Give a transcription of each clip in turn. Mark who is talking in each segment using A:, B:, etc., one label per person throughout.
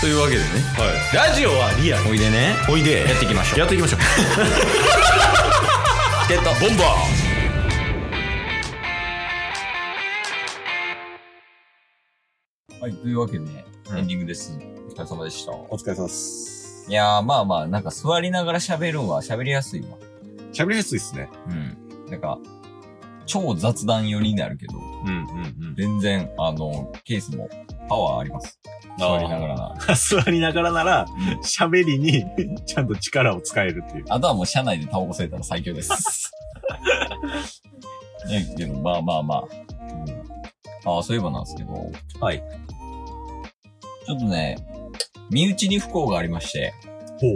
A: というわけでね
B: ラジオはリアル
A: おいでね
B: おいで
A: やっていきましょう
B: やっていきましょう
A: チケットボンバーはい、というわけで、エンディングです。お疲れ様でした。
C: お疲れ様です。
A: いやー、まあまあ、なんか座りながら喋るんは喋りやすいわ。
C: 喋りやすいっすね。
A: うん。なんか、超雑談寄りになるけど、
C: うんうんうん。
A: 全然、あの、ケースもパワーあります。
C: あ
A: 座
C: ー
A: りながらな。
C: 座りながらなら、喋りにちゃんと力を使えるっていう。
A: あとはもう車内でタバコ吸えたら最強 です。ね、けど、まあまあまあ。ああ、そういえばなんですけど。
C: はい。
A: ちょっとね、身内に不幸がありまして。
C: ほう。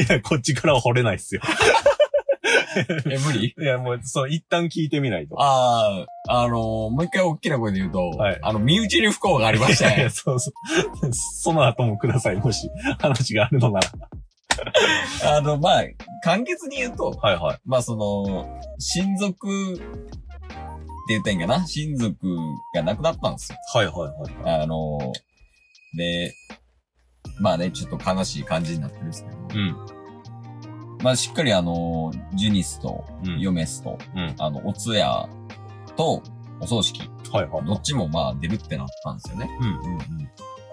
C: いや、こっちからは掘れないっすよ。
A: え、無理
C: いや、もう、そう、一旦聞いてみないと。
A: ああ、あのーもう一回大きな声で言うと、
C: はい
A: あの、身内に不幸がありまし
C: いやい
A: て
C: や、。そうそう。その後もください、もし、話があるのなら。
A: あの、まあ、簡潔に言うと、
C: はいはい。
A: まあその、親族って言ったらいいんかな親族が亡くなったんですよ。
C: はいはいは
A: あの、で、まあね、ちょっと悲しい感じになってるんですけど、
C: い。うん。
A: まあしっかりあの、ジュニスと、
C: うん
A: ヨメスと、
C: うん
A: あの、お通夜と、お葬式、
C: はいはい。
A: どっちもまあ出るってなったんですよね。
C: うんうんう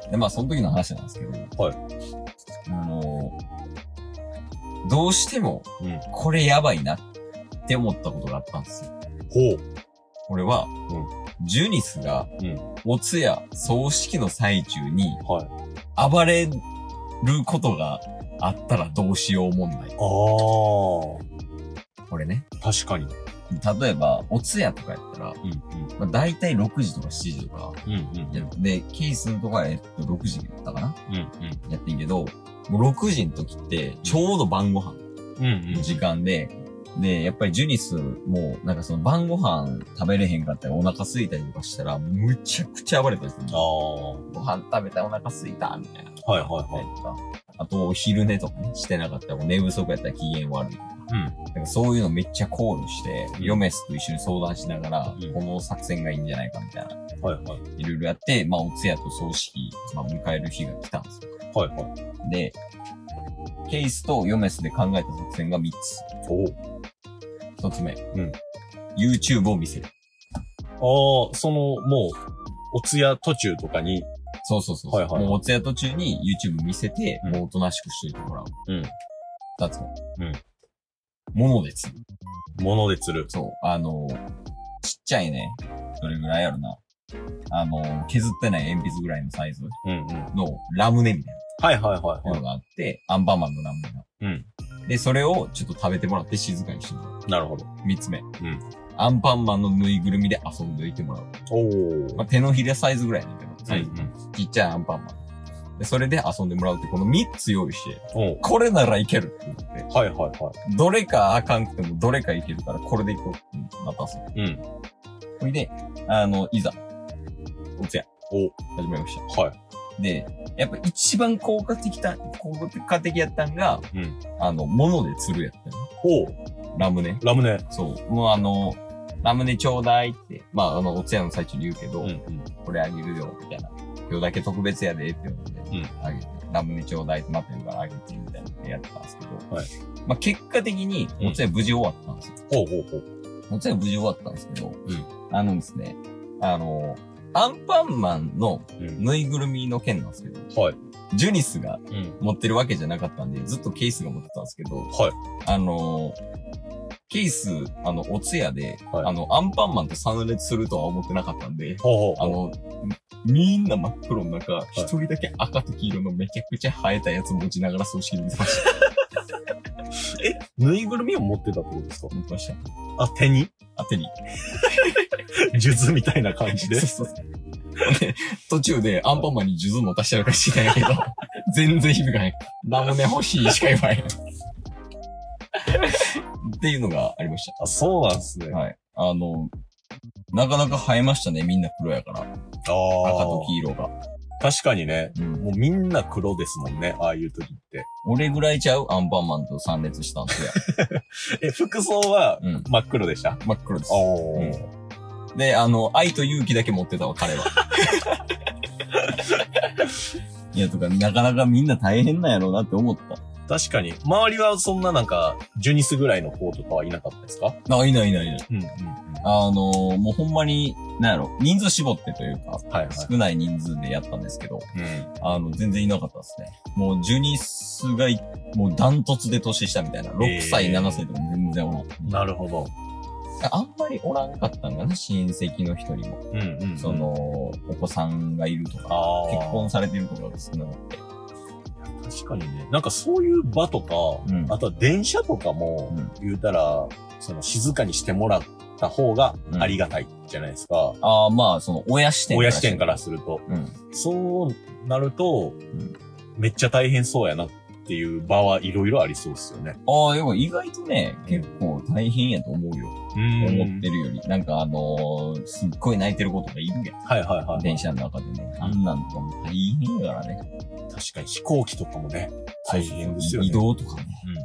C: ん。
A: で、まあその時の話なんですけど、
C: はい
A: あの、どうしても
C: うん、
A: これやばいなって思ったことがあったんですよ。
C: ほう。
A: これは、ジュニスが、
C: うん
A: お通夜、葬式の最中に、
C: はい。
A: 暴れることがあったらどうしよう問題。
C: あ
A: これね。
C: あ、確かに。
A: 例えば、お通夜とかやったら、
C: うん
A: まあ、大体6時とか7時とか
C: うん。うんうん。
A: やる。で、ケースのとこは、えっと、6時やったかな
C: うんうん。
A: やってんけど、もう6時の時って、ちょうど晩ご飯
C: うん
A: の時間で、で、やっぱりジュニスも、なんかその晩ご飯食べれへんかったり、お腹空いたりとかしたら、むちゃくちゃ暴れたりする
C: ああ。は
A: ご飯食べたお腹空いたみたいな。
C: いはいはい。
A: とか、あと、お昼寝とかね、してなかったら、もう寝不足やったら機嫌悪いとか。
C: うん
A: なんかそういうのめっちゃ考慮して、
C: うん
A: ヨメスと一緒に相談しながら、
C: うん
A: この作戦がいいんじゃないかみたいな、
C: はいはい。
A: いろいろやって、まあ、お通夜と葬式、まあ、迎える日が来たんですよ。
C: はいはい。
A: で、ケイスとヨメスで考えた作戦が3
C: お
A: つ。1つ目。
C: ん
A: YouTube を見せる。
C: ああ、その、もう、お通夜途中とかに、
A: そうそうそう。
C: はいはいはい
A: もうお通夜途中に YouTube 見せて、
C: うん
A: もうおとなしくしといてもらう。
C: うん。
A: 2つ目。
C: うん。
A: 物で釣る。
C: 物で釣る。
A: そう、あの、ちっちゃいね、どれぐらいやろな。あの、削ってない鉛筆ぐらいのサイズ
C: うんうん。はい
A: のラムネみたい
C: はいは
A: なのがあって、アンパンマンのラムネが。
C: い。うん。
A: で、それをちょっと食べてもらって静かにしてもらう。
C: なるほど。。
A: 三つ目。うんアンパンマンのぬいぐるみで遊んでおいてもらう。
C: おお。
A: まあ、手のひらサイズぐらいなんだけど、
C: う
A: サ
C: んう
A: イズ。
C: ん。
A: ちっちゃいアンパンマン。で、それで遊んでもらうって、この三つ用意して、
C: おう
A: これならいけるって思って、
C: はいはいは
A: どれかあかんくてもどれかいけるから、これでいこうってなったんですよ。
C: い。うん。
A: ほいで、あの、いざ、おつや、
C: お
A: 始めまし
C: はい。
A: た。で、やっぱ一番効果的た、効果的やったんが、
C: うん
A: あの、物で釣るやったの。
C: おう
A: ラムネ。
C: ラムネ。
A: そう。もうあの、ラムネちょうだいって、まあ、あの、おつやの最中に言うけど、
C: うん。
A: これあげるよ、みたいな。今日だけ特別やで、って言われて、
C: うん
A: あげて、ラムネちょうだいって待ってるからあげて、みたいなのやってたんですけど、
C: はい
A: まあ、結果的に、おつや無事終わったんですよ。
C: ほうほうほう。
A: もちろん無事終わったんですけど、
C: うん
A: あのですね、あの、アンパンマンの
C: うん。
A: ぬいぐるみの件なんですけど、
C: はい。
A: ジュニスが
C: うん。
A: 持ってるわけじゃなかったんで、ずっとケースが持ってたんですけど、
C: はい。
A: あの、ケース、あの、お通夜で、
C: はい
A: あの、アンパンマンと参列するとは思ってなかったんで、
C: ほう
A: あ
C: ほうほう。
A: の、みんな真っ黒の中、一、人だけ赤と黄色のめちゃくちゃ生えたやつ持ちながら葬式に見てまし
C: ぬいぐるみを持ってたってことですか
A: た。持ってました。
C: あ、手に
A: 当てに。
C: 術みたいな感じ で。
A: そうそうそうで途中でアンパンマンに数珠持たしてるか知らんやけど、 全然響かへん。ラムネ欲しいしか言わへん。っていうのがありまし
C: あ、そうなんですね。
A: た。
C: あ
A: はい。あの、なかなか生えましたね。みんな黒やから。赤
C: あ
A: と。黄色が。
C: 確かにね。
A: うん
C: もうみんな黒ですもんね。ああいう時って。
A: 俺ぐらいちゃうアンパンマンと参列 したんで。
C: え、服装は
A: うん。
C: 真っ黒でした。
A: 真っ黒です。
C: お
A: うん
C: ー。
A: で、あの、愛と勇気だけ持ってたわ、彼 は。いや、とか、なかなかみんな大変なんやろうなって思った。
C: 確かに。周りはそんななんか、ジュニスぐらいの子とかはいなかったですか
A: あ、いないいないいない。
C: うんうんうん。
A: あのーもうほんまに、なんやろ、人数絞ってというか、
C: はいはい。
A: 少ない人数でやったんですけど、
C: うん。
A: あの、全然いなかったですね。もう、ジュニスがい、もうダントツで年下みたいな。6歳、
C: えー
A: 7歳とか全然おらん。
C: なるほど。
A: あんまりおらんかったんだな、親戚の人にも。
C: うんうんうん。
A: そ、の、お子さんがいるとか、
C: ああ。
A: 結婚されてるとかが少なくて。
C: 確かにね。なんかそういう場とか、
A: うん
C: あとは電車とかも、
A: うん
C: 言うたら、その静かにしてもらった方が
A: うん
C: ありがたいじゃないですか。
A: ああ、まあ、その、親視点
C: 親視点からすると。
A: うん。
C: そうなると、
A: ん
C: めっちゃ大変そうやなっていう場はいろいろありそうですよね。
A: ああ、でも意外とね、結構大変やと思うよ。
C: う
A: 思ってるより。なんかあのーすっごい泣いてる子とかいるやん。
C: はいはいはい。
A: 電車の中でね。あんなんとかも大変やからね。
C: 確かに飛行機とかもね、大変ですよね。
A: 移動とかね。
C: うんう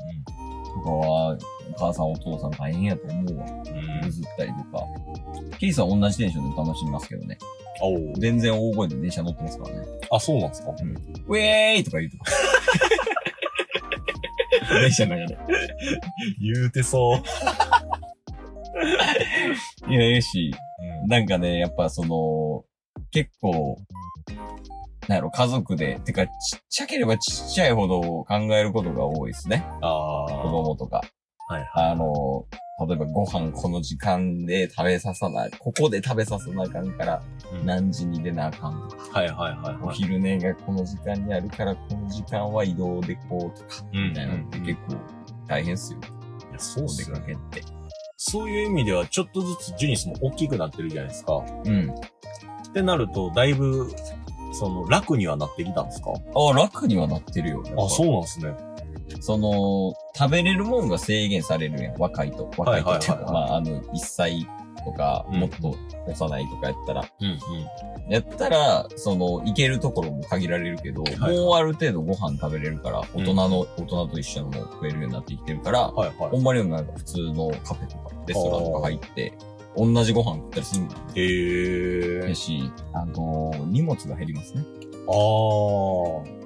A: と
C: ん。
A: かは、お母さんお父さん大変やと思うわ。
C: うん。
A: 譲ったりとか。ケイさん同じテンションで楽しみますけどね。
C: おう
A: 全然大声で電車乗ってますからね。
C: あ、そうなんですか
A: ウェーイとか言うとか。電車の中で。
C: 言うてそう。
A: いや、ええし、なんかね、やっぱその、結構、なんやろ、家族で、てか、ちっちゃければちっちゃいほど考えることが多いですね。
C: ああ。
A: 子供とか。
C: はい
A: あの、例えばご飯この時間で食べささな、ここで食べささなあかんから、
C: うんはい
A: 何時に出なあかんとか、
C: はいはい
A: お
C: はい。
A: 昼寝がこの時間にあるから、この時間は移動でこうとか、
C: うん
A: みたいなのって結構大変っすよ。
C: いやそうっ
A: お
C: す
A: 出
C: よね
A: かけって。
C: そういう意味では、ちょっとずつジュニスも大きくなってるじゃないですか。
A: うん。
C: ってなると、だいぶ、その、楽にはなってきたんですか
A: あ、楽にはなってるよ。
C: あ、そうなんですね。
A: その、食べれるもんが制限されるやん。若いと。若いとっていうか。
C: はいはいはいはい
A: まあ、あの、1歳とか、
C: うん
A: もっと幼いとかやったら。
C: うんうん。
A: やったら、その、行けるところも限られるけど、
C: はい
A: もうある程度ご飯食べれるから、
C: うん
A: 大人の、大人と一緒のも食えるようになってきてるから、
C: はいは
A: ほ
C: い。
A: んまになんか普通のカフェとか、レストランとか入って、同じご飯食ったりするん
C: へ
A: だ
C: え。
A: し、あの、荷物が減りますね。
C: ああ。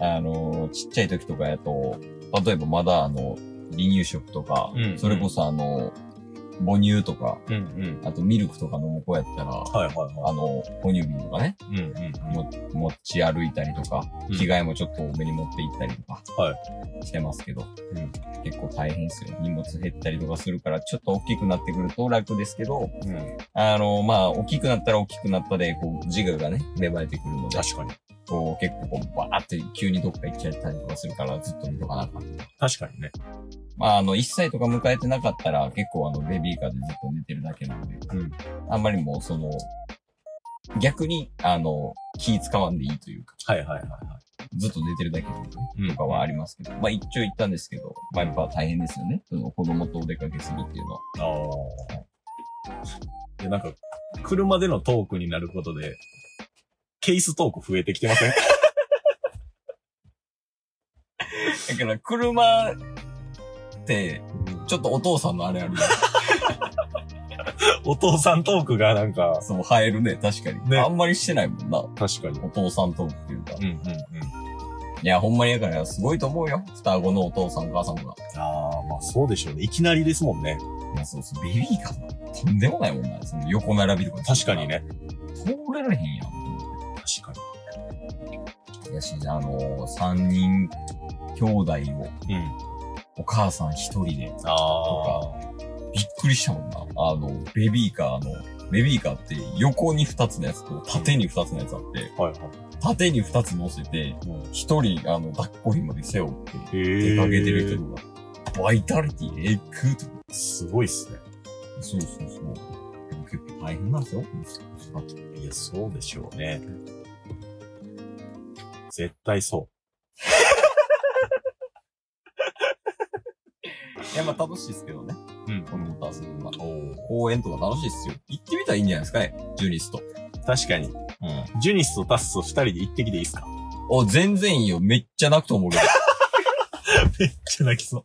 A: あの、ちっちゃい時とかやと、例えばまだあの、離乳食とか、
C: うん
A: それこそあの、母乳とか、
C: うんうん。
A: あとミルクとか飲む子やったら、
C: はいはいは
A: あの、哺乳瓶とかね、
C: い。うんうん。
A: も持ち歩いたりとか、
C: うん
A: 着替えもちょっと多めに持って行ったりとか、
C: は
A: してますけど、
C: うん
A: 結構大変ですよ。荷物減ったりとかするから、ちょっと大きくなってくると楽ですけど、
C: うん。
A: あの、まあ、大きくなったら大きくなったで、こう、自我がね、芽生えてくるので、
C: 確かに。
A: こう、結構こう、バーって急にどっか行っちゃったりとかするから、ずっと見とかなあかん
C: 確かにね。
A: まあ、あの、1歳とか迎えてなかったら、結構あの、ベビーカーでずっと寝てるだけなんで、
C: うん
A: あんまりもう、その、逆に、あの、気使わんでいいというか、
C: はいはいはいは
A: ずっと寝てるだけなんで
C: い。
A: とかはありますけど、まあ一応行ったんですけど、まあやっぱ大変ですよね。その子供とお出かけするっていうのは。
C: ああ。で、なんか、車でのトークになることで、ケーストーク増えてきてません
A: だから車って、ちょっとお父さんのあれあるね。
C: お父さんトークがなんか、
A: そう、生えるね、確かに。
C: ね
A: あんまりしてないもんな。
C: 確かに。
A: お父さんとっていうか。
C: うんうんうん。
A: いや、ほんまにだからすごいと思うよ。双子のお父さん、お母さんが。
C: ああ、まあそうでしょうね。いきなりですもんね。
A: いや、そうそう、ベビーカーとんでもないもんな。その横並びとか。
C: 確かに。ね。
A: 通れらへんや
C: 確か
A: ん。いやし、あのー、三人兄弟を
C: に。うん。
A: お母さん一人で、
C: ああ。
A: びっくりしたもんな。あの、ベビーカーの、ベビーカーって横に二つのやつと縦に二つのやつあって、
C: はいはい。
A: 縦に二つ乗せて、一人、あの、抱っこひもで背負って、
C: え
A: 出かけてる人が、バイタリティえぐと
C: すごいっすね。
A: そうそうそう。結構大変なんですよ。
C: いや、そうでしょうね。絶対そ
A: いや、まあ楽しいですけどね。
C: う。うん。
A: このモーター遊ぶのは。
C: おお。
A: 公園とか楽しいっすよ。行ってみたらいいんじゃないですかね。ジュニスと。
C: 確かに。
A: うん。
C: ジュニスとタッスと二人で行ってきていいですか
A: お、全然いいよ。めっちゃ泣くと思うけど。
C: めっちゃ泣きそう。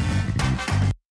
B: す